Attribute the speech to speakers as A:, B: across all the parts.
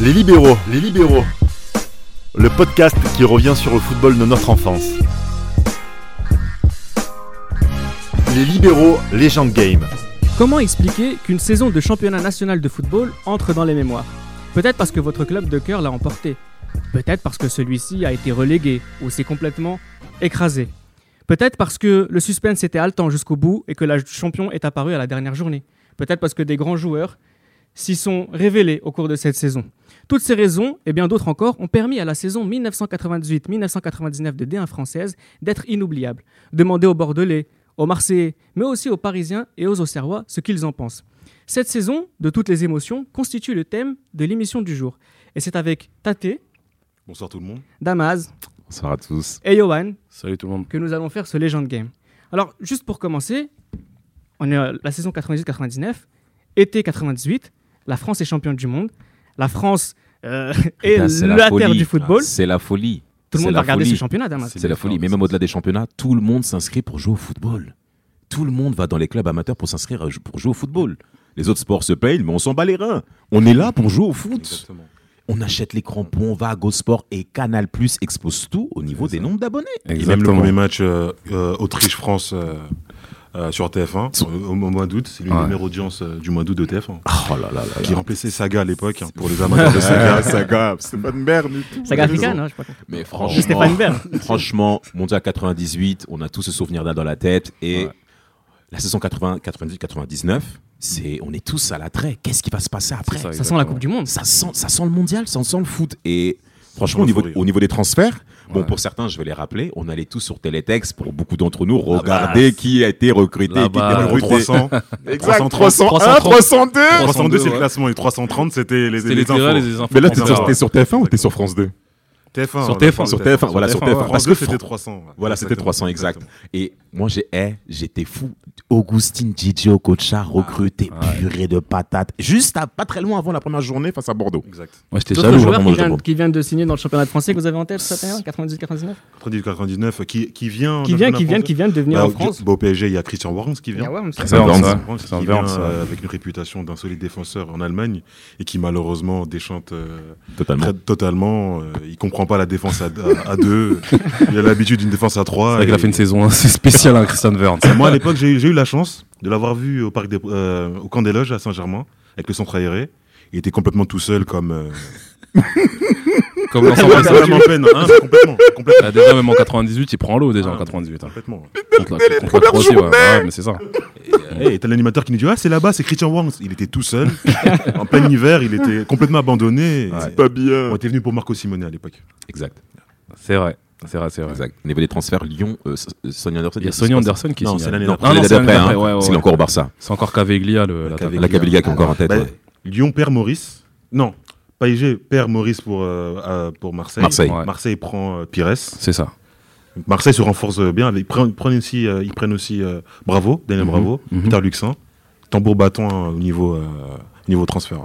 A: Les libéraux, les libéraux. Le podcast qui revient sur le football de notre enfance. Les libéraux, légende game.
B: Comment expliquer qu'une saison de championnat national de football entre dans les mémoires Peut-être parce que votre club de cœur l'a emporté. Peut-être parce que celui-ci a été relégué ou s'est complètement écrasé. Peut-être parce que le suspense était haletant jusqu'au bout et que la champion est apparu à la dernière journée. Peut-être parce que des grands joueurs s'y sont révélés au cours de cette saison. Toutes ces raisons, et bien d'autres encore, ont permis à la saison 1998-1999 de D1 française d'être inoubliable. Demandez aux Bordelais, aux Marseillais, mais aussi aux Parisiens et aux Auxerrois ce qu'ils en pensent. Cette saison, de toutes les émotions, constitue le thème de l'émission du jour. Et c'est avec Tate,
A: Bonsoir tout le monde.
B: Damaz
A: Bonsoir à tous.
B: et Johan
C: Salut tout le monde.
B: que nous allons faire ce Legend Game. Alors, juste pour commencer, on est à la saison 98-99, été 98, la France est championne du monde, la France euh, est
D: Putain, Eh ben, c'est Ah,
B: la, terre du football.
D: C'est la folie.
B: Tout le
D: c'est
B: monde
D: la
B: va regarder
D: folie.
B: ce championnat, Damas.
D: C'est la folie. Mais même au-delà des championnats, tout le monde s'inscrit pour jouer au football. Tout le monde va dans les clubs amateurs pour s'inscrire à jou- pour jouer au football. Les autres sports se payent, mais on s'en bat les reins. On est là pour jouer au foot.
C: Exactement.
D: On achète les crampons, on va à GoSport et Canal Plus expose tout au niveau des nombres d'abonnés.
C: Exactement.
E: Et même le premier match euh, euh, Autriche-France euh, euh, sur TF1 au, au mois d'août, c'est le
F: Ouais.
E: numéro audience euh, du mois d'août de TF1
D: Oh là là là
E: qui
D: là.
E: remplaçait Saga à l'époque hein, pour les amateurs
B: Euh.
E: de Saga.
F: Saga, c'est pas de merde du tout.
B: Saga africaine, hein, je crois.
D: Mais
B: De Stéphane
D: franchement,
B: Bern.
D: franchement, Mondial 98, on a tous ce souvenir-là dans la tête. Et la saison 80, 98, 99, c'est, on est tous à l'attrait. Qu'est-ce qui va se passer après
C: ça.
B: Ça sent la Coupe du Monde.
D: ça sent, ça sent le mondial, ça sent le foot. Et franchement,
E: Sans
D: au niveau,
E: l'euphorie.
D: au niveau des transferts, bon,
F: Ouais.
D: pour certains, je vais les rappeler, on allait tous sur Télétexte pour beaucoup d'entre nous regarder qui a été recruté,
C: La
D: et qui a
C: base.
D: été
E: Numéro
D: recruté.
E: 300,
F: Exact,
C: 301,
F: 301, 302.
E: 302 c'est le
C: ouais.
E: classement et 330 c'était les,
C: C'était
E: les,
C: les
E: infos.
C: terrains, les infos.
D: Mais là,
E: t'es
D: t'étais
C: qu'on
D: sur,
E: Ah,
D: t'étais
C: verra.
D: sur TF1 ou t'étais sur France 2
E: TF1.
C: Sur
E: on
C: TF1,
E: a-
D: Sur TF1, voilà, sur
C: TF1,
D: TF1. Parce que
E: France 2, c'était
D: Fran-
E: 300. ouais.
D: Voilà, c'était
E: Exactement.
D: 300 exact. Et moi, j'ai, eh, j'étais fou. Augustine Didio Cocha recruté, purée de patates, juste à- pas très loin avant la première journée face à Bordeaux.
E: Exact.
C: Moi j'étais
B: D'autres
C: jaloux.
B: joueurs
C: vraiment,
B: qui
C: j'étais
B: viennent,
C: beau.
B: qui viennent de signer dans le championnat de français que vous avez en tête, 98-99
E: 98, 99 qui, qui vient.
B: Qui
E: dans
B: viennent,
E: le
B: qui viennent,
E: championnat
B: qui viennent de venir
E: Bah,
B: en
E: au-
B: France.
E: bah, au PSG, il y a Christian Warren qui vient.
B: Ah ouais, on sait.
D: C'est un
F: Burns,
E: Christian Warren,
F: c'est
E: qui
F: un
E: vient,
F: Burns,
E: euh,
F: ouais.
E: avec une réputation d'un solide défenseur en Allemagne et qui malheureusement déchante euh,
D: Totalement.
E: très- totalement. euh, il comprend pas la défense à, à- à deux. Il a l'habitude d'une défense à
C: C'est
E: trois.
C: vrai qu'il a
E: et-
C: fait une saison assez spéciale, hein, Christian Verne.
E: Et Moi à l'époque j'ai j'ai eu la chance de l'avoir vu au parc des, euh, au camp des loges à Saint-Germain avec le centre aéré. Il était complètement tout seul comme. euh,
C: Comme l'ensemble
E: comme
C: des
E: Saint-Germain en peine, hein, complètement, complètement.
C: Ah, Déjà, même en 98, il prend l'eau déjà en
E: Ah.
C: 98. Hein.
E: complètement.
C: Contre la, contre la Croatie, ouais. ouais, mais c'est ça.
E: Et t'as l'animateur qui nous dit Ah, c'est là-bas, c'est Christian Wangs. Il était tout seul. en plein hiver, il était complètement abandonné.
F: C'est pas bien.
E: On était venu pour Marco Simone à l'époque.
D: Exact.
C: C'est vrai. C'est vrai, c'est vrai.
D: Exact. Au niveau des transferts, Lyon, euh, S- euh, Sonny Anderson.
C: Il y a Sonny Anderson qui
E: Non,
C: signe.
E: c'est l'année
D: Non,
E: d'après.
C: Ah, non,
D: l'année
C: c'est l'année
D: d'après, hein,
C: d'après, ouais, ouais,
D: parce qu'il
C: ouais.
D: est encore au Barça.
C: C'est encore Caveglia, le, la
E: Caveglia.
C: table.
D: La Cabiliga qui est encore en tête.
E: Bah,
D: ouais.
E: Lyon perd Maurice. Non, PSG perd Maurice pour, euh, euh, pour Marseille.
D: Marseille.
C: Ouais.
E: Marseille prend euh, Pires.
C: C'est ça.
E: Marseille se renforce euh, bien. Ils prennent, prennent aussi, euh, ils prennent aussi euh, Bravo, Daniel
C: Mhm,
E: Bravo,
C: mhm.
E: Peter Luxin. Tambour battant euh, au niveau, euh, au niveau transfert.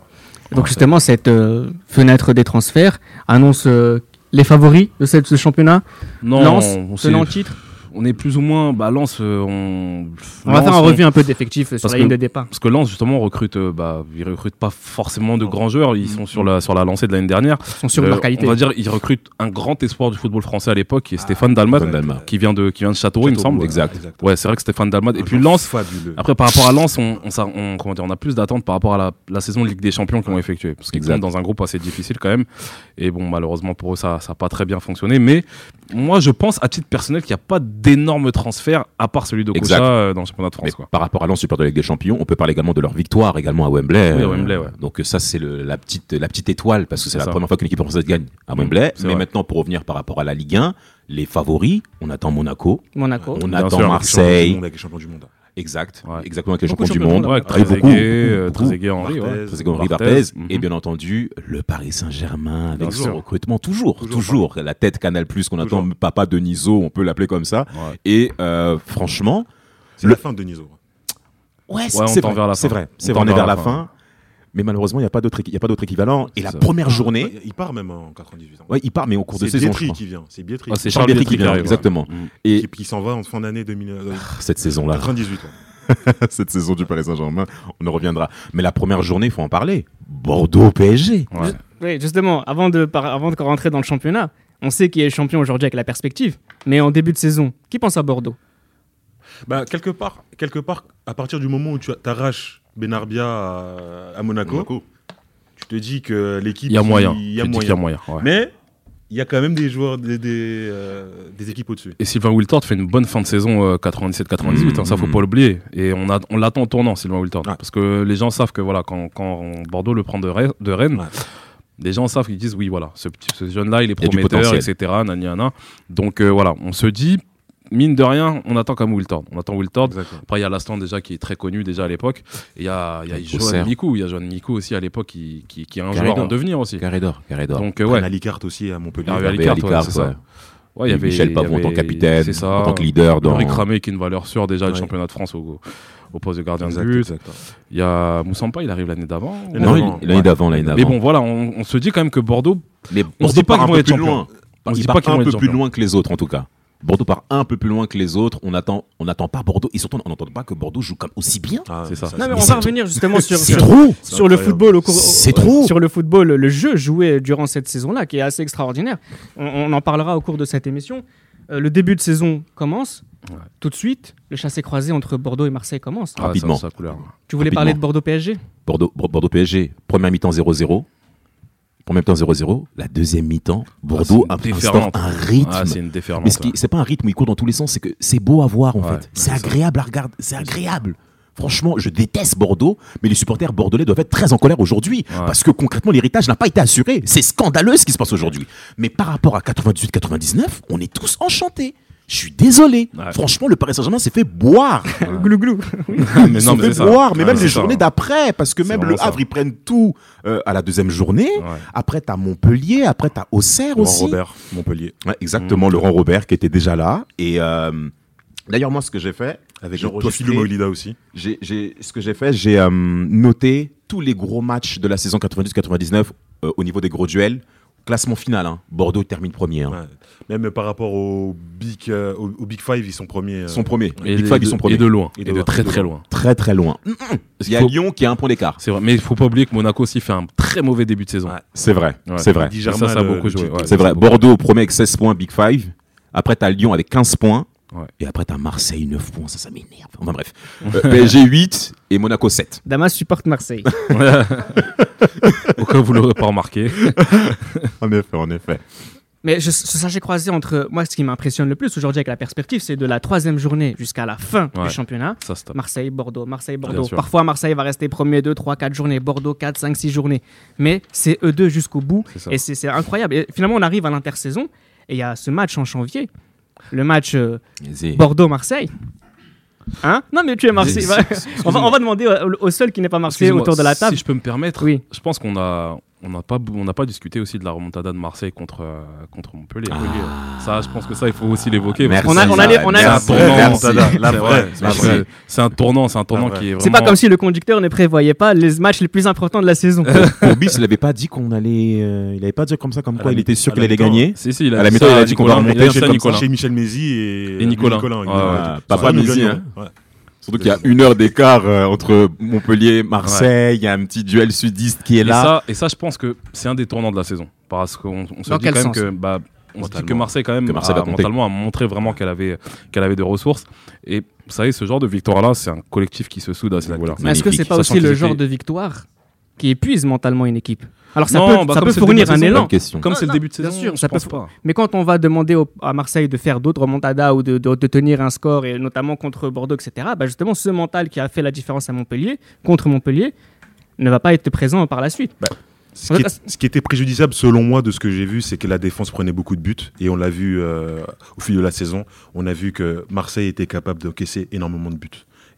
B: Donc justement, cette euh, fenêtre des transferts annonce euh, les favoris de cette- ce championnat.
C: Non,
B: Lance,
C: on, s'est-
B: tenant titre.
C: on est plus ou moins. Bah, Lance, euh, on.
B: On va
C: Lens,
B: faire un
C: on-
B: revue un peu d'effectifs sur
C: Parce
B: la ligne
C: que-
B: de départ.
C: Parce que Lens, justement, recrute, euh, bah, ils recrutent pas forcément de grands joueurs. Ils sont sur la, sur la lancée de l'année dernière.
B: Ils sont sûrs
C: Euh,
B: de leur qualité.
C: On va dire, ils recrutent un grand espoir du football français à l'époque, qui est Stéphane Dalmat,
D: Ah, Stéphane Dalmat.
C: qui vient de, qui vient de Châteauroux, il me semble.
D: Exact.
C: Ouais, c'est vrai que Stéphane Dalmat. Et
E: Un
C: puis
E: joueur
C: Lens.
E: Fabuleux.
C: Après, par rapport à Lens, on, on, s'a- on- comment dire, on a plus d'attentes par rapport à la, la saison de Ligue des Champions qu'ils ont effectuée. Parce qu'ils
D: Exact.
C: sont dans un groupe assez difficile quand même. Et bon, malheureusement pour eux, ça n'a pas très bien fonctionné. Mais moi, je pense, à titre personnel, qu'il n'y a pas d'énormes transferts, à part celui de
D: Exact.
C: Kocha euh, dans le championnat de France.
D: Mais
C: quoi.
D: par rapport à l'an Super de la Ligue des Champions, on peut parler également de leur victoire également à Wembley.
C: Oui, à
D: Euh,
C: Wembley, ouais.
D: Donc euh, ça, c'est le- la petite, la petite étoile, parce que
C: C'est
D: c'est la
C: ça. Mm.
D: première fois qu'une équipe française gagne à Wembley.
C: c'est
D: Mais
C: vrai.
D: maintenant, pour revenir par rapport à la Ligue 1, les favoris, on attend Monaco,
B: Monaco.
D: on
C: Oh, Bien
D: attend
C: sûr.
D: Marseille.
E: Avec les champions du monde.
D: Exact.
C: Ouais.
D: Exactement, avec les
B: Beaucoup
D: champions du
B: de champions
D: monde.
B: du
C: Ouais, avec
D: Très beaucoup,
C: Trezeguet, euh,
D: beaucoup, beaucoup.
C: Trezeguet, Henry, ouais.
E: Barthez,
D: Très Henri
C: Barthez,
D: Barthez,
C: mhm.
D: et bien entendu le Paris Saint-Germain avec
E: Bien
D: son
E: sûr.
D: recrutement toujours, toujours,
E: Toujours,
D: la tête Canal Plus qu'on attend,
E: Toujours.
D: papa Deniso, on peut l'appeler comme ça.
C: Ouais.
D: Et euh, franchement,
E: C'est
D: Le-
E: la fin de Niso.
D: ouais, c'est
C: on
D: c'est
C: tend
D: vrai,
C: vers la
D: c'est
C: fin.
D: vrai,
C: On
D: c'est
C: tend
D: vrai, on est
C: vers
D: vers
C: la
D: la
C: fin.
D: fin. Mais malheureusement, il n'y a pas d'autre équi- il y a pas d'autre équivalent. Et
C: C'est
D: la
C: ça.
D: première journée,
E: Il part même en 98. ans.
D: ouais, il part mais au cours de
E: C'est
D: saison. je
E: Bietri
D: crois. Ah,
E: qui vient. C'est Bietri.
C: Ouais, c'est
D: Charles
C: Charles
D: Bietri qui vient,
C: arrive, ouais.
D: exactement.
C: Mm.
D: Et
E: qui, qui s'en va en fin d'année 2000, euh,
D: cette saison-là,
E: 98. ouais.
D: cette saison du Paris Saint-Germain, on en reviendra. Mais la première journée, il faut en parler. Bordeaux PSG.
C: Ouais.
B: Oui, justement, avant de, par- avant de rentrer dans le championnat, on sait qui est champion aujourd'hui avec la perspective, mais en début de saison, qui pense à Bordeaux
E: Bah, quelque, part, quelque part, à partir du moment où tu arraches Benarbia à, à Monaco, tu te dis que l'équipe.
C: Il y a moyen.
E: Il y a
C: Tu dis qu'il
E: moyen.
C: y a moyen. ouais.
E: Mais il y a quand même des joueurs, des, des, euh, des équipes au-dessus.
C: Et Sylvain Wiltord fait une bonne fin de saison euh, 97-98, hein, ça faut
D: Mhm.
C: pas l'oublier. Et on, a- on l'attend au tournant, Sylvain Wiltord.
E: Ouais.
C: Parce que les gens savent que voilà, quand, quand Bordeaux le prend de, Re- de Rennes,
E: Ouais.
C: les gens savent qu'ils disent oui, voilà, ce, petit- ce jeune-là, il est
D: Il y a du
C: prometteur,
D: potentiel.
C: etc. nani, nana. Donc euh, voilà, on se dit, mine de rien, on attend comme Wiltord. On attend Wiltord. Après, il y a Lastan déjà qui est très connu déjà à l'époque. Et Il y a, il y a
D: Avec
C: Johan
D: Auxerre.
C: Mikou, il y a Johan Mikou aussi à l'époque qui, qui, qui est un
D: Carré
C: joueur en
D: d'or.
C: devenir aussi.
D: Carré d'or, carré d'or.
C: Donc euh,
E: Ouais.
C: ouais,
E: Alicarte aussi à Montpellier.
C: Ah,
D: Il y avait
C: Alicarte, ouais,
D: Alicarte,
C: c'est ça.
D: ouais.
C: ouais, il y avait
D: Michel Pavon
C: il
D: en
C: y
D: tant que
C: avait-
D: capitaine,
C: c'est ça.
D: en tant que leader dans.
C: Henri Cramé qui est une valeur sûre déjà du
E: Ouais.
C: championnat de France au, au poste de gardien
E: Exact,
C: de but.
E: exact.
C: Il y a Moussampa, il arrive l'année d'avant.
E: L'année
D: Non,
E: d'avant,
D: il- l'année
E: ouais.
D: d'avant, l'année d'avant.
C: Mais bon, voilà, on, on se dit quand même que Bordeaux,
D: Mais
C: on se dit pas
D: part
C: qu'ils
D: un
C: vont
D: peu
C: être
D: plus
C: champions.
D: loin.
C: On se
D: Il
C: dit
D: part
C: pas qu'ils
D: un
C: vont
D: peu
C: être
D: plus
C: champions.
D: loin que les autres, en tout cas. Bordeaux part un peu plus loin que les autres. On attend, on n'attend pas Bordeaux. Et surtout, on n'entend pas que Bordeaux joue comme aussi bien.
E: Ah,
C: C'est ça.
B: Non, mais
D: mais
B: on
D: c'est
B: va revenir justement sur,
D: C'est
B: sur,
D: trop.
E: C'est
B: sur le
E: incroyable.
B: football au cours-
D: C'est
B: au-
D: trop.
B: sur le football, le jeu joué durant cette saison-là, qui est assez extraordinaire. On, on en parlera au cours de cette émission. Euh, le début de saison commence.
C: Ouais.
B: Tout de suite, le chassé-croisé entre Bordeaux et Marseille commence.
C: Ah, ça-
D: Rapidement.
C: ça couleur.
B: Tu voulais
D: rapidement.
B: parler de Bordeaux-PSG
D: Bordeaux, Bordeaux PSG, première mi-temps 0-0. Première mi-temps 0-0. La deuxième mi-temps, Bordeaux
C: Ah, c'est une
D: instaure
C: déferlante.
D: un rythme.
C: Ah, c'est une déferlante.
D: mais ce qui- c'est pas un rythme, il court dans tous les sens, c'est que c'est beau à voir en
C: Ouais,
D: fait. C'est
C: c'est ça.
D: agréable à regarder, c'est agréable. Franchement, je déteste Bordeaux, mais les supporters bordelais doivent être très en colère aujourd'hui
C: Ouais.
D: parce que concrètement, l'héritage n'a pas été assuré. C'est scandaleux ce qui se passe aujourd'hui. Mais par rapport à 98-99, on est tous enchantés. Je suis désolé.
C: Ouais.
D: Franchement, le Paris Saint-Germain s'est fait boire.
B: Glouglou.
C: ouais.
D: Ils
C: mais
D: se
C: non,
D: sont
C: mais
D: fait
C: c'est ça.
D: boire, mais
C: Ouais,
D: même
C: c'est
D: les
C: ça.
D: journées d'après, parce que
C: C'est
D: même
C: vraiment
D: le
C: ça.
D: Havre, ils prennent tout euh, à la deuxième journée.
C: Ouais.
D: Après, t'as Montpellier, après, t'as Auxerre
E: Laurent
D: aussi.
E: Robert, Montpellier. Mm.
D: Ouais, exactement, Laurent Robert qui était déjà là. Et euh, d'ailleurs, moi, ce que j'ai fait,
E: Avec
D: J'ai
E: toi,
D: enregistré-
E: Philou Maolida aussi.
D: j'ai, j'ai- ce que j'ai fait, j'ai euh, noté tous les gros matchs de la saison 90-99 euh, au niveau des gros duels. Classement final, hein. Bordeaux termine premier. hein.
E: Ouais. Même par rapport au Big, euh, au, au Big Five, ils sont premiers. euh,
D: Ils sont premiers.
C: Et
D: Big
C: de-
D: Five, ils sont
C: Et
D: premiers.
C: de loin.
E: Et
C: Et
E: de
C: de
E: loin.
C: très très loin.
D: Très très loin. Mm-mm.
C: Parce
D: Il y a
C: qu'il faut-
D: Lyon qui a un point d'écart.
C: C'est vrai. Mais il faut pas oublier que Monaco aussi fait un très mauvais début de saison.
E: Ouais.
D: C'est vrai,
C: Ouais.
D: c'est vrai.
E: Di
C: Et
E: Germain,
C: ça, ça a
E: le-
C: beaucoup
E: le
C: joué.
E: petit-
C: ouais.
D: C'est vrai. Bordeaux premier avec 16 points, Big Five. Après, t'as Lyon avec 15 points.
C: Ouais.
D: Et après, t'as Marseille 9 points. Ça, ça m'énerve. Enfin bref. Euh, PSG 8 et Monaco 7.
B: Damas supporte Marseille.
C: Au cas où vous l'aurez pas remarqué.
D: En effet, en effet.
B: Mais je, ce sachet-croisé entre. Moi, ce qui m'impressionne le plus aujourd'hui avec la perspective, c'est de la troisième journée jusqu'à la fin
C: Ouais.
B: du championnat.
C: Ça se tape.
B: Marseille, Bordeaux, Marseille, Bordeaux.
C: Bien sûr.
B: Parfois, Marseille va rester premier 2, 3, 4 journées, Bordeaux 4, 5, 6 journées. Mais c'est eux deux jusqu'au bout.
C: C'est ça.
B: Et c'est c'est incroyable. Et finalement, on arrive à l'intersaison et il y a ce match en janvier. Le match euh, Bordeaux-Marseille. Hein Non, mais tu es Marseille.
C: Mais-
B: on, va, on va demander au, au seul qui n'est pas Marseille
C: Excusez-moi,
B: autour de la table.
C: Si je peux me permettre,
B: Oui.
C: je pense qu'on a on n'a pas on n'a pas discuté aussi de la remontada de Marseille contre euh, contre Montpellier. Ça, je pense que ça il faut aussi l'évoquer. parce que
B: On a- on a les- on a
C: C'est un
B: merci.
C: tournant,
E: Merci.
C: c'est- c'est
E: La
C: vrai,
E: vraie,
C: c'est
E: la
C: vrai.
E: vraie.
C: C'est un tournant, c'est un tournant
E: La
C: qui est vraiment.
B: C'est pas comme si le conducteur ne prévoyait pas les matchs les plus importants de la saison.
D: Courbis, il n'avait pas dit qu'on allait. euh, il avait pas dit comme ça, comme
E: À
D: quoi
E: la
D: il était
E: mi-
D: sûr
E: à
D: qu'il
E: la
D: allait
E: mi-temps,
D: gagner.
C: Si si, il a
D: À la
C: dit
D: méthode,
C: ça
D: il a
C: à
D: dit qu'on va
C: Nicolas,
D: remonter,
C: il a dit
D: j'ai
C: ça à
D: comme
C: Nicolas.
E: Chez Michel Mézi et,
C: Et Nicolas.
E: ouais,
C: Ah ouais.
E: ouais.
D: Papa
E: Ça nous
D: Mézi,
C: hein.
E: gagnons. Ouais.
D: Surtout qu'il hein. y a une heure d'écart euh, entre Montpellier et Marseille. Il y a un petit duel sudiste qui est
C: Et
D: là.
C: ça, et ça, je pense que c'est un des tournants de la saison. Parce qu'on on se
B: Dans
C: dit
B: quel
C: quand même
B: sens
C: que, bah, on se dit
D: Mentalement.
C: que Marseille, quand même,
D: Que Marseille
C: a-
D: va compter.
C: mentalement, a montré vraiment qu'elle avait, qu'elle avait des ressources. Et vous savez, ce genre de victoire-là, c'est un collectif qui se soude à ce niveau-là.
B: Mais Est-ce que c'est
D: Magnifique.
B: pas
C: Sachant
B: aussi le
C: qu'ils
B: genre
C: étaient-
B: de victoire qui épuise mentalement une équipe Alors ça
C: Non,
B: peut,
C: bah,
B: ça
C: comme
B: peut
C: c'est le
B: fournir
C: début de
B: un
C: saison,
B: élan,
D: Bonne question.
C: Comme
B: Non,
C: c'est le
B: non,
C: début de saison,
B: bien sûr,
C: je
B: ça peut
C: pense
B: fou-
C: pas.
B: mais quand on va demander au- à Marseille de faire d'autres remontadas ou de, de- de tenir un score, et notamment contre Bordeaux, etc., bah justement ce mental qui a fait la différence à Montpellier, contre Montpellier, ne va pas être présent par la suite.
E: Bah, Ce qui, est- ce qui était préjudiciable, selon moi, de ce que j'ai vu, c'est que la défense prenait beaucoup de buts. Et on l'a vu euh, au fil de la saison. On a vu que Marseille était capable d'encaisser énormément de buts.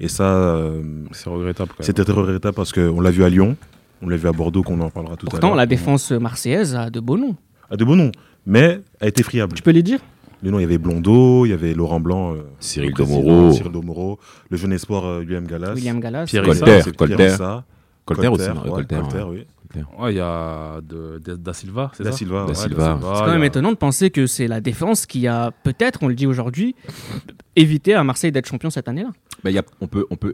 E: Et ça, euh,
C: C'est regrettable. Quand même.
E: c'était très regrettable parce qu'on l'a vu à Lyon, on l'a vu à Bordeaux, qu'on en parlera tout à
B: Pourtant,
E: l'heure.
B: la défense marseillaise a de beaux noms.
E: A de beaux noms, mais a été friable.
B: Tu peux les dire
E: Les noms, il y avait Blondeau, il y avait Laurent Blanc, euh,
D: Cyril
E: le président,
D: Domoro.
E: Cyril Domoro, le jeune espoir euh, William Gallas.
B: William Gallas.
C: Pierre-
E: Colter,
D: Colter,
E: c'est
D: Colter.
E: Pierre Issa,
D: Colter aussi.
E: ouais,
D: non, Colter,
E: Colter,
D: ouais.
E: oui.
C: Ouais, il y a de- de- Da Silva, c'est
E: Da
C: ça
E: Silva,
D: Da
E: ouais.
C: Ouais,
D: Silva.
B: C'est quand même
C: il y a-
B: étonnant de penser que c'est la défense qui a peut-être, on le dit aujourd'hui, éviter à Marseille d'être champion cette année-là.
D: Bah, il y a- on peut, on peut,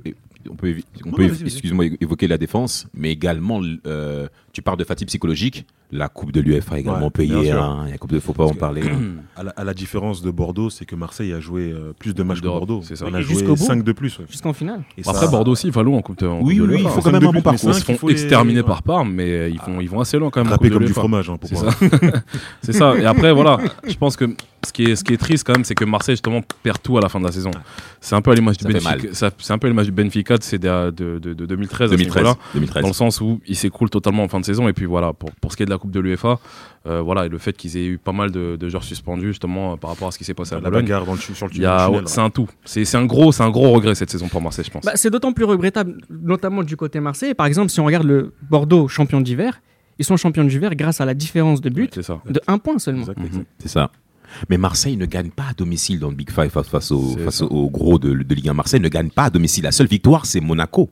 D: on peut, évi- on
E: Non,
D: peut
E: non,
D: évi-
E: vas-y, vas-y.
D: excuse-moi, évoquer la défense, mais également, euh, tu parles de fatigue psychologique. La coupe de l'UEFA également
E: Ouais, bien
D: payée.
E: sûr.
D: hein. Il y a la coupe de, faut pas en
E: que-
D: parler. hein.
E: À la, à la différence de Bordeaux, c'est que Marseille a joué euh, plus de matchs que
C: D'Europe,
E: Bordeaux.
C: c'est ça.
E: On a
B: Et
E: joué
B: jusqu'au bout.
E: 5 de plus. ouais.
B: Jusqu'en finale.
E: Et
C: Après,
E: ça-
C: Bordeaux aussi, il va loin en Coupe de en
D: Oui,
C: Coupe de
D: oui,
C: l'UEFA.
D: il faut
E: Cinq
D: quand même
E: de
D: un bon
E: but, mais
D: parcours.
E: cinq,
C: Ils se
E: il faut
C: font
E: les-
C: exterminer par part, mais ils vont, ils vont assez loin quand même. en
E: Râpé
C: Coupe de
E: comme du
C: l'UEFA.
E: fromage. hein, pour
C: C'est
E: moi.
C: ça. C'est ça. Et après, voilà, je pense que ce qui est, ce qui est triste quand même, c'est que Marseille, justement, perd tout à la fin de la saison. C'est un peu à l'image du
D: Ça fait
C: Benfica. ça- C'est un peu à l'image du Benfica de, ces- de, de, de- de 2013. à ce
D: 2013.
C: niveau-là,
D: 2013.
C: Dans le sens où il s'écroule totalement en fin de saison. Et puis voilà, pour, pour ce qui est de la Coupe de l'UEFA, euh, voilà, et le fait qu'ils aient eu pas mal de, de joueurs suspendus, justement, euh, par rapport à ce qui s'est passé à
E: La
C: Bologne.
E: bagarre dans le, tu- sur le
C: il y a-
E: tunnel,
C: C'est un tout. C'est c'est un, gros- c'est un gros regret cette saison pour Marseille, je pense.
B: Bah, c'est d'autant plus regrettable, notamment du côté marseillais. Par exemple, si on regarde le Bordeaux champion d'hiver, ils sont champions d'hiver grâce à la différence de but
C: c'est ça.
B: de 1 point seulement.
E: Exact,
C: Mhm.
E: exact.
D: C'est ça. Mais Marseille ne gagne pas à domicile dans le Big Five face, face au,
C: C'est
D: face
C: ça.
D: au gros de, de Ligue 1. Marseille ne gagne pas à domicile. La seule victoire, c'est Monaco.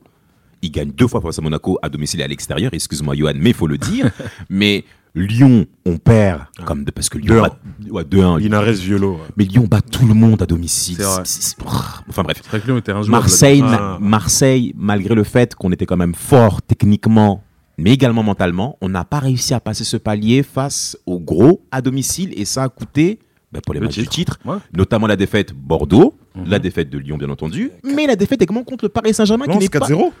D: Il gagne deux fois face à Monaco à domicile et à l'extérieur. Excuse-moi, Johan, mais il faut le dire. mais Lyon, on perd.
C: Ah.
D: Comme de- parce que Lyon.
E: Deux-un.
D: bat- ouais, deux-un.
E: Linares Violo. ouais.
D: Mais Lyon bat tout le monde à domicile.
C: C'est vrai.
D: C'est- c'est- brrr. Enfin bref.
C: C'est vrai que Lyon était un joueur.
D: Marseille,
E: Ah.
D: na- Marseille, malgré le fait qu'on était quand même fort techniquement, mais également mentalement, on n'a pas réussi à passer ce palier face aux gros à domicile et ça a coûté ben, pour les
C: Le
D: matchs
C: titre.
D: du titre,
C: Ouais.
D: notamment la défaite Bordeaux,
C: Mhm.
D: la défaite de Lyon bien entendu, mais la défaite également contre le Paris Saint-Germain qui
E: Non,
D: n'est
E: c'est
D: pas.
E: 4-0.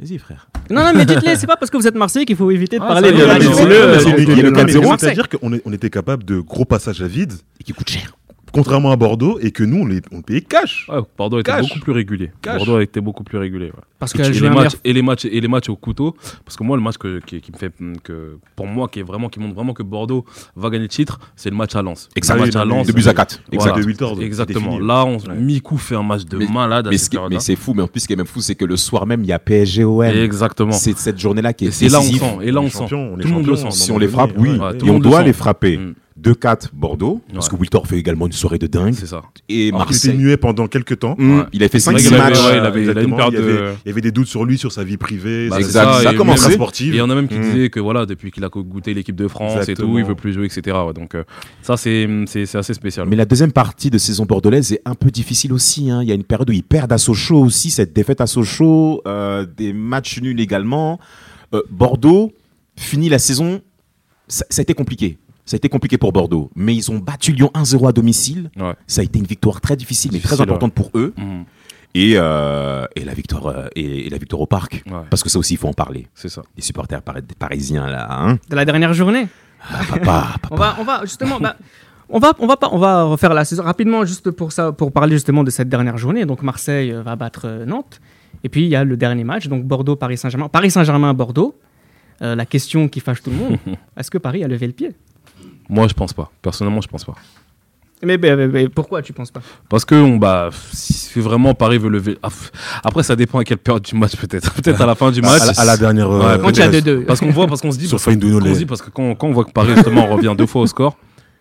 D: Vas-y frère.
B: Non, non, mais dites-le, c'est pas parce que vous êtes marseillais qu'il faut éviter de
C: Ah,
B: parler
C: ça,
B: de
C: il y a
B: la
C: des-
B: Ligue 1.
C: c'est le-
E: Non, mais
D: il y a le
E: mais
D: 4-0.
E: C'est-à-dire qu'on est- on était capable de gros passages à vide,
D: Et qui coûte cher.
E: contrairement à Bordeaux, et que nous, on, les, on le payait cash.
C: Ah, Ouais, Bordeaux était
E: Cash.
C: beaucoup plus régulier.
E: Cash.
C: Bordeaux était beaucoup plus régulier. ouais.
B: Parce
C: Et,
B: que
C: tu- et
B: jouer
C: les
B: un
C: matchs,
B: meilleur-
C: et, les matchs, et les matchs au couteau, parce que moi, le match que, qui, qui me fait, hmm, que, pour moi, qui est vraiment, qui montre vraiment que Bordeaux va gagner le titre, c'est le match à Lens.
D: Exact.
C: Le
E: Oui,
C: match à
E: non, mais
C: Lens.
D: De buts à 4.
C: Voilà.
E: Exact, de Wiltord, c'était
C: Exactement.
E: fini.
C: Là, on,
E: Ouais.
C: Mikou fait un match de
D: Mais-
C: malade à
D: Mais,
C: cette
D: ce qui-
C: période-là.
D: mais c'est fou, mais en plus ce qui est même fou, c'est que le soir même, il y a PSG-OM.
C: Exactement.
D: C'est cette journée-là qui est
C: Et c'est là on
D: décisive.
C: sent. Et là
E: On
C: on
E: est
C: sent.
E: champion, on est
C: Tout le monde
E: champion.
C: le
E: à un
C: sent.
D: Si
E: moment
D: on les
E: donné,
D: frappe, oui.
E: ouais,
D: Et
C: tout le
D: on
C: monde le
D: doit
C: sent.
D: les frapper.
C: Mm.
D: 2-4 Bordeaux, parce
C: Ouais.
D: que Wiltor fait également une soirée de dingue.
C: C'est ça.
D: Et
E: Alors qu'il était
D: Marseille.
E: muet pendant quelques temps.
D: Mm,
C: Ouais.
D: Il a fait
C: C'est vrai
D: 5-6
C: qu'il avait-
D: matchs.
C: ouais, il avait- il a une
E: Exactement.
C: perte
E: il y
C: de-
E: avait, il y avait des doutes sur lui, sur sa vie privée,
C: Bah,
E: sur
C: c'est
E: sa-
C: ça,
E: sa
C: et
E: commence
C: même-
E: sportive.
C: Et on a même qui
E: Mm.
C: disait que voilà, depuis qu'il a goûté l'équipe de France et tout, il
E: Exactement.
C: veut plus jouer, etc. Ouais, donc euh, ça, c'est c'est- c'est assez spécial.
D: Mais la deuxième partie de saison bordelaise est un peu difficile aussi. hein. Il y a une période où ils perdent à Sochaux aussi, cette défaite à Sochaux, euh, des matchs nuls également. Euh, Bordeaux finit la saison, ça, ça a été compliqué. Ça a été compliqué pour Bordeaux. Mais ils ont battu Lyon 1-0 à domicile.
C: Ouais.
D: Ça a été une victoire très difficile, mais très
C: Difficile,
D: importante pour eux.
C: Mhm.
D: Et, euh, et la victoire, euh, et, et la victoire au parc.
C: Ouais,
D: Parce que ça aussi, il faut en parler.
C: c'est ça.
D: Les supporters pari- parisiens, là, hein.
B: de la dernière journée.
D: Ah, papa,
B: On va, on va justement. bah, On va, on, va pas, on va refaire la saison rapidement juste pour, ça, pour parler justement de cette dernière journée. Donc Marseille euh, va battre euh, Nantes. Et puis il y a le dernier match, donc Bordeaux-Paris Saint-Germain. Paris Saint-Germain-Bordeaux. Euh, la question qui fâche tout le monde, est-ce que Paris a levé le pied
C: Moi, je pense pas. Personnellement, je pense pas.
B: mais, mais- mais- mais pourquoi tu penses pas
C: Parce que on, bah, si vraiment Paris veut lever. Ah, pff. Après, ça dépend à quelle période du match, peut-être. peut-être à la fin du
E: À
C: match.
E: la- à la dernière.
C: Ouais,
E: euh,
C: quand
B: Quand il y a
E: presse.
B: 2-2.
C: Parce qu'on voit, parce qu'on se dit.
E: Sur
C: Parce
E: Findouno,
C: qu'on se dit, parce que quand, quand on voit que Paris, justement, revient deux fois au score.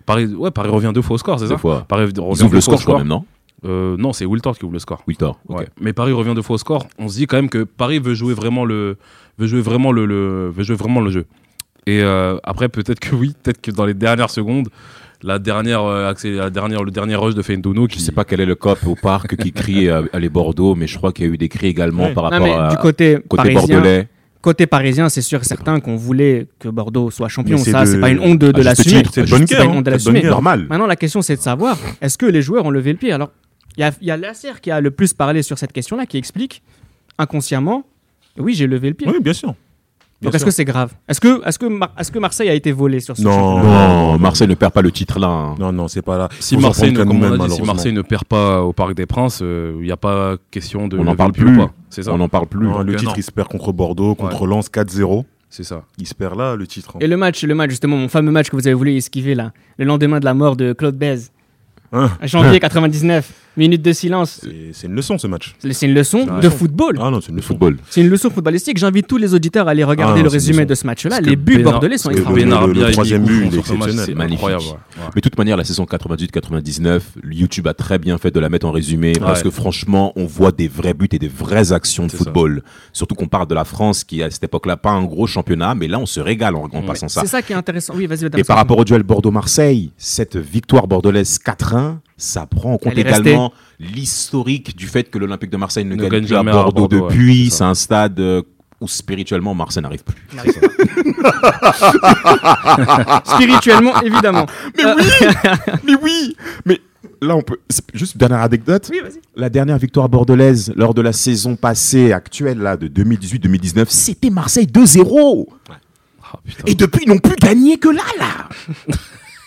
C: Paris, ouais, Paris revient deux fois au score, c'est
D: Des
C: ça
D: fois.
C: Paris revient
D: Ils ouvrent
C: deux
D: le
C: fois au
D: score quand même, non
C: Euh, non, c'est Wiltord qui ouvre le score.
D: Wiltor. ok.
C: Ouais. Mais Paris revient deux fois au score. On se dit quand même que Paris veut jouer vraiment le, veut jouer vraiment le, le- veut jouer vraiment le jeu. Et euh, après, peut-être que oui, peut-être que dans les dernières secondes, la dernière, euh, accé- la dernière, le dernier rush de Fenduno qui
D: Je sais pas quel est le cop au parc qui crie euh, les Bordeaux, mais je crois qu'il y a eu des cris également
E: Ouais.
D: par
B: Non,
D: rapport
B: mais
D: à
B: du côté,
D: côté
B: parisien,
D: bordelais.
B: côté parisien, c'est sûr et certain qu'on voulait que Bordeaux soit champion.
E: Mais c'est
B: Ça,
E: de-
B: c'est pas une honte de, de
D: à juste
B: l'assumer.
D: titre,
E: C'est
D: à
E: de
D: juste
E: bonne
B: titre,
E: guerre.
B: on
E: hein,
B: doit
E: c'est de bonne
B: l'assumer.
E: guerre.
D: Normal.
B: Maintenant, la question, c'est de savoir est-ce que les joueurs ont levé le pied Alors, il y a, il y a Lasser qui a le plus parlé sur cette question-là, qui explique inconsciemment oui, j'ai levé le pied.
E: Oui, bien sûr.
B: Donc, est-ce que c'est grave Est-ce que, est que, Mar- est-ce que Marseille a été volé sur ce
E: Non.
B: championnat
D: Non, Marseille ne perd pas le titre là. hein.
E: Non, non, c'est pas là.
C: Si
E: On s'en
C: Marseille,
E: prend
C: ne,
E: qu'à
C: comme on a
E: nous-mêmes,
C: dit, si
E: malheureusement.
C: Marseille ne perd pas au Parc des Princes, euh, il n'y a pas question de.
D: On n'en
C: lever
D: parle
C: le pied
D: plus.
C: ou pas. C'est ça.
D: On n'en parle plus.
E: Non, le
C: Donc,
E: titre,
C: non.
E: il se perd contre Bordeaux, contre Lens 4-0.
C: C'est ça.
E: Il se perd là, le titre. hein.
B: Et le match, le match, justement, mon fameux match que vous avez voulu esquiver là, le lendemain de la mort de Claude Bèze,
E: Hein
B: janvier 99, minute de silence.
E: C'est c'est une leçon, ce match.
B: C'est une leçon
C: Ouais.
B: de football.
E: Ah non, c'est une leçon.
D: Football.
B: C'est une leçon footballistique. J'invite tous les auditeurs à aller regarder
E: Ah,
B: le
E: c'est une
B: résumé
E: leçon.
B: de ce match-là.
C: Parce
B: Les
C: que
B: buts
C: Benar-
B: bordelais sont
E: parce que
B: extraordinaires.
E: le- le
C: Benarabia, il
E: troisième
C: est
E: but,
C: fou
E: il
C: sur
E: est
C: ce match,
E: exceptionnel.
C: C'est
D: Magnifique.
C: incroyable. ouais. Ah, Ouais.
D: Mais de toute manière, la saison 98-99, YouTube a très bien fait de la mettre en résumé parce
C: Ouais.
D: que franchement, on voit des vrais buts et des vraies actions de
C: C'est ça.
D: football. Surtout qu'on parle de la France qui, à cette époque-là, pas un gros championnat, mais là, on se régale en, en
C: Mais
D: passant ça.
B: C'est ça qui est intéressant. Oui, vas-y, madame
D: Et par
B: Sarah.
D: rapport au duel Bordeaux-Marseille, cette victoire bordelaise 4-1, ça prend en compte
B: Elle est restée.
D: également l'historique du fait que l'Olympique de Marseille ne,
C: Ne
D: gagne
C: gagne
D: plus à
C: jamais à
D: Bordeaux,
C: Bordeaux, ouais,
D: depuis.
C: c'est ça.
D: c'est un stade euh, où spirituellement Marseille n'arrive plus.
B: Spirituellement, évidemment.
D: Mais oui Mais oui Mais là, on peut. c'est Juste une dernière anecdote.
B: Oui, vas-y.
D: La dernière victoire bordelaise lors de la saison passée, actuelle, là, de 2018-2019, c'était Marseille 2-0.
C: Ah, putain.
D: Et depuis, ils n'ont plus gagné que là, là.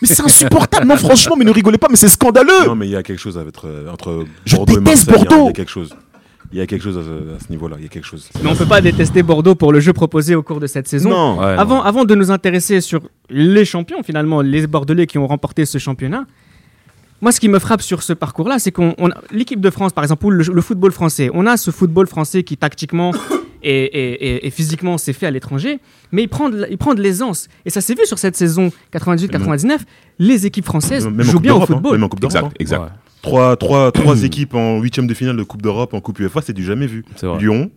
D: Mais c'est insupportable. Non, franchement, mais ne rigolez pas, mais c'est scandaleux.
E: Non, mais il y a quelque chose avec, euh, entre
D: Je
E: Bordeaux et
D: déteste
E: Marseille, hein, il y a- Il y
D: Bordeaux.
E: a quelque chose. Il y a quelque chose à ce, à ce niveau-là. Il y a quelque chose.
B: Mais on peut pas détester Bordeaux pour le jeu proposé au cours de cette saison.
D: Non.
C: Ouais, Bah non.
B: avant, avant de nous intéresser sur les champions, finalement, les Bordelais qui ont remporté ce championnat, moi, ce qui me frappe sur ce parcours-là, c'est qu'on on a- l'équipe de France, par exemple, ou le, le football français, on a ce football français qui tactiquement et, et- et- et physiquement s'est fait à l'étranger, mais il prend, de, la- il prend de l'aisance. Et ça s'est vu sur cette saison 98-99, les équipes françaises
E: Même en
B: jouent
E: Coupe
B: bien au
E: d'Europe, hein,
B: football.
E: Même en Coupe d'Europe. hein.
C: Ouais,
E: Trois, trois, trois équipes en huitième de finale de Coupe d'Europe en Coupe UEFA, c'est du jamais vu.
C: c'est vrai.
E: Lyon,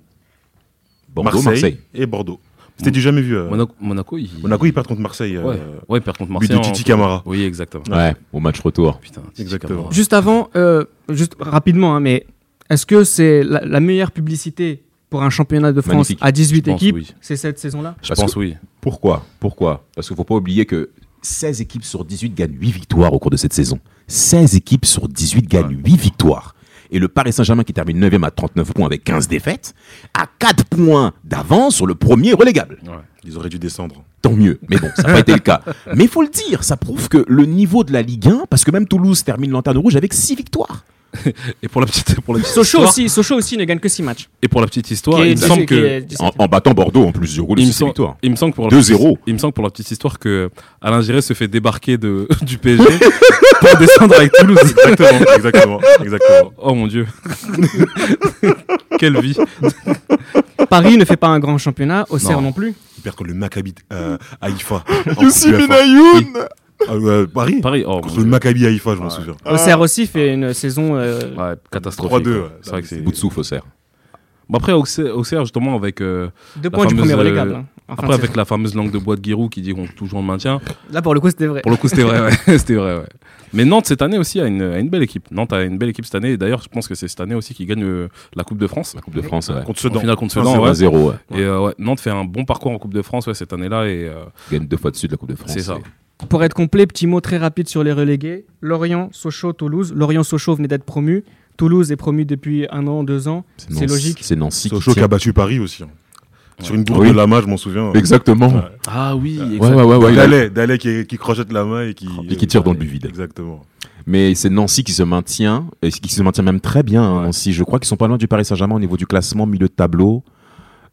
D: Bordeaux,
E: Marseille,
D: Marseille.
E: et Bordeaux. C'était du jamais vu. euh.
C: Monaco, Monaco, ils...
E: Monaco, ils perdent contre Marseille. euh,
C: Ouais, ouais, ils perdent contre
E: but
C: Marseille.
E: de
C: en-
E: Titi Camara.
C: Oui, exactement.
D: Ouais, au match retour.
C: Putain,
E: Exactement.
C: exactement.
B: Juste avant, euh, juste rapidement, hein, mais est-ce que c'est la, la meilleure publicité pour un championnat de France
D: Magnifique.
B: à 18
C: Je pense,
B: équipes
C: oui.
B: C'est cette saison-là
C: Je
D: Parce
C: pense
D: que-
C: oui.
D: Pourquoi Pourquoi Parce qu'il ne faut pas oublier que 16 équipes sur 18 gagnent 8 victoires au cours de cette saison. 16 équipes sur 18 gagnent 8 victoires. Et le Paris Saint-Germain qui termine 9e à 39 points avec 15 défaites, à 4 points d'avance sur le premier relégable.
E: Ils auraient dû descendre.
D: Tant mieux, mais bon, ça n'a pas été le cas. Mais il faut le dire, ça prouve que le niveau de la Ligue 1, parce que même Toulouse termine lanterne rouge avec 6 victoires.
C: Et pour la petite, pour la petite
B: Sochaux
C: histoire,
B: aussi, Sochaux aussi ne gagne que 6 matchs.
C: et pour la petite histoire,
B: Qui est-
C: il me semble
B: qui
C: que
B: est-
D: En, en battant Bordeaux en plus du coup, de
C: il me,
D: 6
C: semble,
D: victoires.
C: il me semble que pour la petite-
D: 2-0.
C: il me semble que pour la petite histoire que Alain Giré se fait débarquer de, du PSG pour descendre avec Toulouse.
E: Exactement, exactement, exactement.
C: Oh mon dieu. Quelle vie.
B: Paris ne fait pas un grand championnat, Auxerre
D: Non.
B: non, plus.
E: Ils perdent contre le Maccabi euh, Haïfa. en
F: Youssi
E: Coupe UEFA.
F: Benayoun
E: Ah, euh, Paris
C: Pareil. Oh, mon
E: Contre le
C: Dieu.
E: Maccabi Haïfa, je m'en souviens.
C: Euh,
B: Auxerre aussi fait une saison. euh,
C: Ouais, catastrophique.
E: 3-2,
C: quoi.
E: ouais.
C: C'est vrai que c'est.
D: Bout de souffle au cerf.
C: Bon, après, Auxerre, Auxerre, justement, avec, euh,
B: Deux
C: La
B: points du
C: fameuse,
B: premier
C: euh,
B: relégable. hein, en fin
C: après,
B: de
C: avec la fameuse langue de bois de Giroud qui dit qu'on toujours le maintien.
B: saison. Là, pour le coup, c'était vrai.
C: Pour le coup, c'était vrai, ouais. c'était vrai, ouais. Mais Nantes, cette année aussi, a une, a une belle équipe. Nantes a une belle équipe cette année. Et d'ailleurs, je pense que c'est cette année aussi qui gagne euh, la Coupe de France.
D: La Coupe de France, ouais.
E: Contre
C: En
E: Sedan. Ah,
C: finale contre
E: Un
C: Sedan, ouais.
D: 0 ouais.
C: Et euh, ouais, Nantes fait un bon parcours en Coupe de France ouais, cette année-là. Et euh,
D: Gagne deux fois dessus de la Coupe de France.
C: c'est ça.
B: Pour être complet, petit mot très rapide sur les relégués. Lorient, Sochaux, Toulouse. Lorient, Sochaux venait d'être promu. Toulouse est promu depuis un an, deux ans. C'est
D: Nancy-
B: logique.
D: C'est Nancy. qui
E: Sochaux qui
D: tient.
E: a battu Paris aussi. hein. Sur une bourre
D: Oui.
E: de la main, je m'en souviens. hein.
D: Exactement.
E: Ouais.
C: Ah oui,
D: Ouais, ouais, ouais, ouais, il a-
E: Dallet, Dallet qui, qui crochette la main et qui,
D: Et qui tire dans le but vide.
E: Exactement.
D: Mais c'est Nancy qui se maintient, et qui se maintient même très bien, hein, Nancy. Je crois qu'ils sont pas loin du Paris Saint-Germain au niveau du classement, milieu de tableau.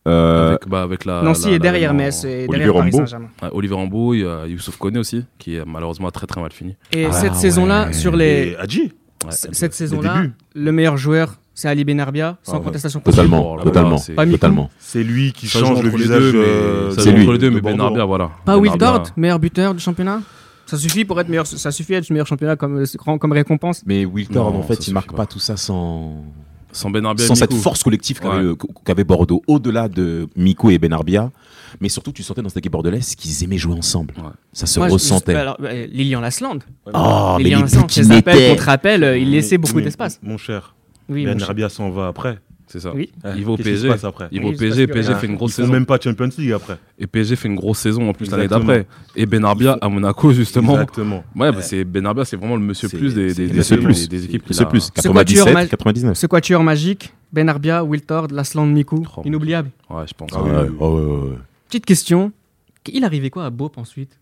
D: Euh,
C: Avec, bah, avec la,
B: Nancy
C: la- la-
B: est derrière
C: la-
B: Metz et
D: Olivier
B: derrière Paris
D: Rambo.
B: Saint-Germain.
C: Ouais, Oliver Rambo, il y a Youssouf Koné aussi, qui est malheureusement très très mal fini.
B: Et
D: Ah
B: cette
D: ouais.
B: saison-là, sur les,
E: Et Hadji
C: Ouais,
B: c-
C: elle-
B: cette saison-là,
E: débuts.
B: le meilleur joueur, c'est Ali Benarbia, sans
E: Ah ouais.
B: contestation possible.
D: Totalement,
C: Oh là là,
D: totalement,
C: c'est-
B: Pas Mikou.
D: totalement.
E: C'est lui qui
C: Ça joue
E: change
C: entre
E: le
C: les
E: visage.
C: deux, mais-
E: euh,
C: ça
E: de-
D: c'est
C: joue
D: lui.
C: entre les deux,
E: de
C: mais Ben
E: Bordeaux.
C: Arbia, voilà.
B: Pas
C: Ben
B: Will
C: Arbia,
B: Dort, meilleur buteur du championnat. Ça suffit pour être meilleur, ça suffit à être meilleur championnat comme, comme récompense.
D: Mais Wiltord,
C: Non,
D: en
C: ça
D: fait,
C: suffit
D: il marque
C: pas.
D: pas tout ça sans,
C: Sans Ben Arbia,
D: sans
C: Mikou.
D: cette force collective qu'avait
C: Ouais.
D: le- qu'avait Bordeaux, au-delà de Miko et Benarbia. Mais surtout, tu sentais dans cette équipe bordelaise qu'ils aimaient jouer ensemble.
C: Ouais.
D: Ça se
B: Moi, je-
D: ressentait.
B: je- alors, euh, Lilian Lasland.
D: Ah, mais
B: Lilian
D: les buts
B: Lasland,
D: qu'ils
B: ses appels
D: mettaient.
B: contre appels, euh, il
E: Mais-
B: laissait beaucoup
E: mais-
B: d'espace.
E: Mon cher,
B: Oui,
E: Ben
B: mon cher.
E: Rabia s'en va après.
C: C'est ça.
B: Oui.
E: Eh,
C: Il va au
E: qu'est-ce qui se
C: PSG.
E: passe après
C: Il
B: Oui,
C: va
B: euh,
C: au
B: il se
C: PSG,
B: passe
C: PSG
B: rien.
C: fait une
E: Ils
C: grosse
E: font
C: saison.
E: même pas Champions League après.
C: Et PSG fait une grosse saison en plus l'année
E: Exactement.
C: d'après. Et Ben Arbia à Monaco, justement.
E: Exactement.
C: Ouais, bah, c'est Ben Arbia, c'est vraiment le monsieur
D: C'est-
C: plus des,
D: c'est
C: des,
D: le
C: des-
D: monsieur
C: des-
D: plus.
C: des équipes. qu'il
D: C'est
C: a-
D: plus,
B: Ce quatuor ma-
D: 97, 99.
B: Ce quatuor magique, Benarbia, Wiltord, Lasland, Mikou,
C: Oh.
B: inoubliable.
C: Ouais, je pense.
E: Ah oui,
D: Ouais,
E: oui, oui.
D: ouais, ouais, ouais.
B: Petite question, il arrivait quoi à Bop ensuite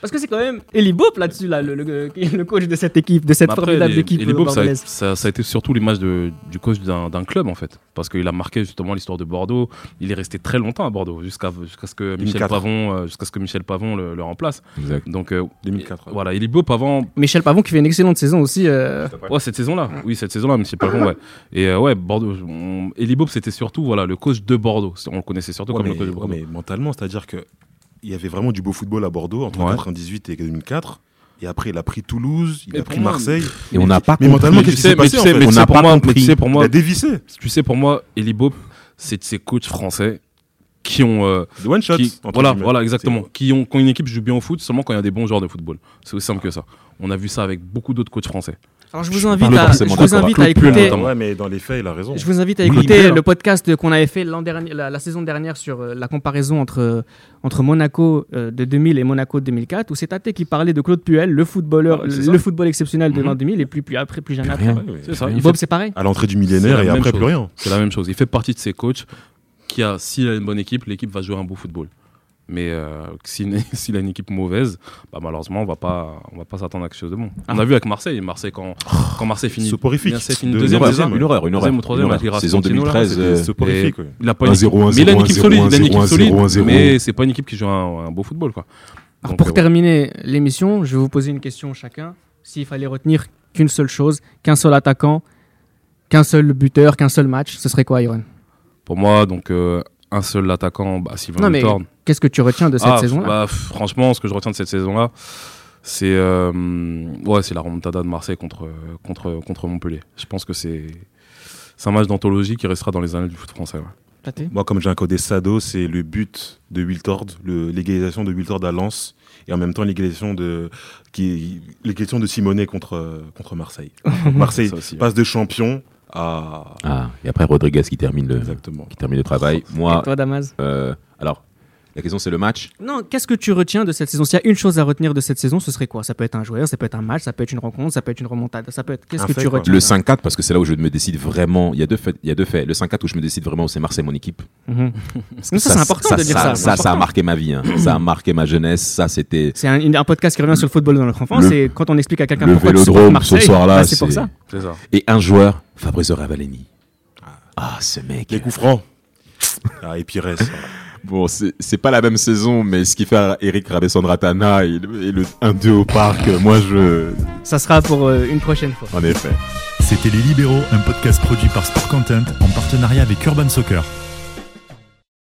B: Parce que c'est quand même Eli Bop là-dessus, là, le, le- le coach de cette équipe, de cette
C: Mais Bah, après,
B: formidable
C: les-
B: équipe
C: les Bobs, ça, a-
B: bordelaise.
C: ça- ça a été surtout l'image de- du coach d'un d'un club en fait, parce qu'il a marqué justement l'histoire de Bordeaux. Il est resté très longtemps à Bordeaux jusqu'à jusqu'à ce que Michel
E: 2004.
C: Pavon, euh, jusqu'à ce que Michel Pavon le, le remplace.
D: Exact.
C: Donc euh,
E: 2004.
C: et- voilà, il est beau Pavon.
B: Michel Pavon qui fait une excellente saison aussi. euh,
C: Ouais, cette saison-là. Oui, cette saison-là, Michel Pavon, ouais. Et euh, ouais, Bordeaux. on- Eli Bob, c'était surtout voilà le coach de Bordeaux. C'est- On le connaissait surtout
E: Ouais,
C: comme
E: mais,
C: le coach de Bordeaux.
E: ouais, mais mentalement, c'est-à-dire que il y avait vraiment du beau football à Bordeaux entre
C: Ouais.
E: 98 et 2004. Et après, il a pris Toulouse, il
C: Mais
E: a
C: pour
E: pris
C: moi,
E: Marseille.
D: Et on n'a pas
E: Mais mentalement,
C: tu
E: qu'est-ce qui
C: sais,
E: s'est
C: mais
E: passé
C: tu
E: en
C: sais,
E: fait
C: mais
D: On
C: tu
D: n'a
C: sais, pour
D: pas
C: moi, mais
D: compris.
C: tu sais, pour
E: Il
C: moi,
E: a dévissé
C: tu sais, pour moi, Eli Bob, c'est de ces coachs français qui ont euh,
E: de one shot.
C: qui-
E: entre
C: voilà,
E: guillemets.
C: voilà, exactement. Qui ont, quand une équipe joue bien au foot, seulement quand il y a des bons joueurs de football. C'est aussi simple que ça. On a vu ça avec beaucoup d'autres coachs français.
E: C'est-
B: Alors je
D: Je
B: vous
D: parle
B: invite à, je
D: forcément
B: vous
D: d'un
B: invite
C: combat.
B: à
C: Claude Puel,
B: écouter,
C: notamment.
E: Ouais, mais dans les faits, il a raison.
B: je vous invite à
D: Oui,
B: écouter
D: mais-
B: le podcast qu'on avait fait l'an dernier, la, la saison dernière sur euh, la comparaison entre, euh, entre Monaco euh, de 2000 et Monaco de 2004, où c'est Tate qui parlait de Claude Puel, le footballeur,
C: Ouais, Ah, c'est
B: le,
C: ça.
B: le football exceptionnel de
C: Mhm.
B: l'an 2000 et plus, plus après, plus jamais après.
D: Rien.
C: Ouais, c'est ça. Il
B: Bob,
C: fait-
B: c'est pareil.
E: À l'entrée du millénaire
C: C'est
E: et
C: la
E: après
C: même
E: plus rien.
C: c'est la même chose. Il fait partie de ces coachs qui a, s'il a une bonne équipe, l'équipe va jouer un beau football. Mais euh, s'il s'il a une équipe mauvaise, bah, malheureusement, on va pas, on va pas s'attendre à quelque chose de bon. On a vu avec Marseille, Marseille quand, quand Marseille finit
E: Soporifique.
C: Marseille finit
E: De-
C: deuxième,
E: ouais,
C: c'est ça
E: deuxième,
D: une horreur, une horreur.
C: Deuxième ou troisième
D: une
C: avec les
D: horreur. Saison
C: Racontino, là,
D: 2013.
E: C'était
D: euh,
E: soporifique. ouais.
C: Il a pas une-
A: 0-1,
C: mais il a une
A: 0-1,
C: équipe solide, il a une équipe
A: 0-1,
C: solide,
A: 0-1.
C: mais c'est pas une équipe qui joue un, un beau football quoi.
B: Alors,
C: Donc,
B: pour
C: euh, voilà.
B: terminer l'émission, je vais vous poser une question chacun. S'il fallait retenir qu'une seule chose, qu'un seul attaquant, qu'un seul buteur, qu'un seul match, ce serait quoi, Iron
C: Pour moi, donc euh, un seul attaquant, bah, Sylvain
B: Non, mais
C: Luthor.
B: Qu'est-ce que tu retiens de cette
C: Ah,
B: saison-là
C: bah, f- Franchement, ce que je retiens de cette saison-là, c'est euh, ouais, c'est la remontada de Marseille contre, euh, contre, contre Montpellier. Je pense que c'est c'est un match d'anthologie qui restera dans les années du foot français. ouais.
B: Platé
E: Moi, comme j'ai un codé Sado, c'est le but de Wiltord, le- l'égalisation de Wiltord à Lens, et en même temps l'égalisation de, qui- l'égalisation de Simonet contre, euh, contre Marseille. Donc, Marseille
C: Ça aussi, ouais.
E: passe de champion à.
D: Ah, et après Rodriguez qui termine le,
E: Exactement.
D: qui termine le travail. Moi,
B: Et toi, Damas
D: euh, alors, la question c'est le match.
B: Non, qu'est-ce que tu retiens de cette saison S'il y a une chose à retenir de cette saison, ce serait quoi Ça peut être un joueur, ça peut être un match, ça peut être une rencontre, ça peut être une remontade, ça peut être. Qu'est-ce
E: Un
B: que
E: fait,
B: tu
E: quoi.
B: retiens
D: Le 5-4, parce que c'est là où je me décide vraiment. Il y a deux faits. Il y a deux faits. Le 5-4 où je me décide vraiment, c'est Marseille, mon équipe.
B: Mhm.
D: Parce
B: Mais
D: que
B: ça, c'est important de dire ça,
D: Ça,
B: c'est
D: ça, a
B: important.
D: marqué ma vie. hein. ça a marqué ma jeunesse. Ça, c'était.
B: C'est un, une- un podcast qui revient sur le football dans notre enfance.
D: Le-
B: C'est quand on explique à quelqu'un
D: le
B: pourquoi tu supportes
D: vélodrome ce
B: Marseille.
D: soir-là.
B: bah, c'est pour ça.
C: C'est ça.
D: Et un joueur, Fabrizio Ravaleni. Ah, ce mec.
E: Les coups francs. Ah, et Pires.
D: Bon, c'est c'est pas la même saison, mais ce qu'il fait à Eric Rabessandratana et le, et le 1-2 au parc, moi je.
B: Ça sera pour euh, une prochaine fois.
D: En effet.
G: C'était Les Libéraux, un podcast produit par Sport Content en partenariat avec Urban Soccer.